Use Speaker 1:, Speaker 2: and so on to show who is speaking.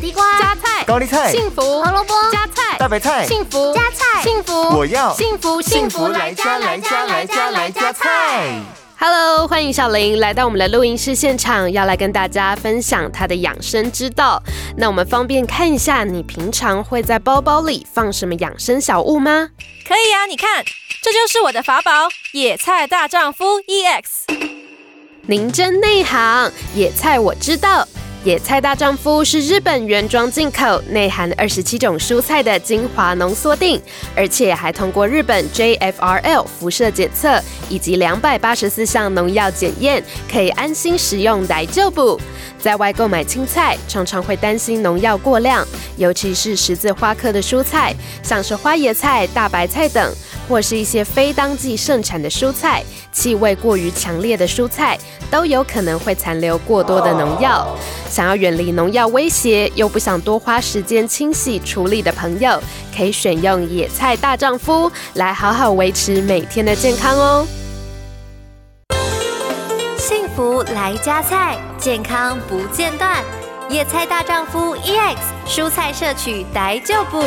Speaker 1: 地瓜、
Speaker 2: 加菜、
Speaker 3: 高丽菜、
Speaker 2: 幸福、
Speaker 1: 胡萝卜、
Speaker 2: 加菜、
Speaker 3: 大白菜、
Speaker 2: 幸福、
Speaker 1: 加菜
Speaker 2: 幸福，
Speaker 3: 我要
Speaker 2: 幸福幸福来加来加来加来加菜。。Hello，欢迎小林来到我们的录音室现场，要来跟大家分享他的养生之道。那我们方便看一下，你平常会在包包里放什么养生小物吗？
Speaker 4: 可以啊，你看，这就是我的法宝——野菜大丈夫 E EX。
Speaker 2: 您真内行，野菜我知道。野菜大丈夫是日本原装进口，内含二十七种蔬菜的精华浓缩定，而且还通过日本 JFRL 辐射检测以及两百八十四项农药检验，可以安心食用来就补。在外购买青菜，常常会担心农药过量，尤其是十字花科的蔬菜，像是花椰菜、大白菜等，或是一些非当季盛产的蔬菜，气味过于强烈的蔬菜，都有可能会残留过多的农药。想要远离农药威胁，又不想多花时间清洗处理的朋友，可以选用野菜大丈夫来好好维持每天的健康哦。
Speaker 1: 幸福来加菜，健康 E 不间断。野菜大丈夫 EX，蔬菜摄取逮就补。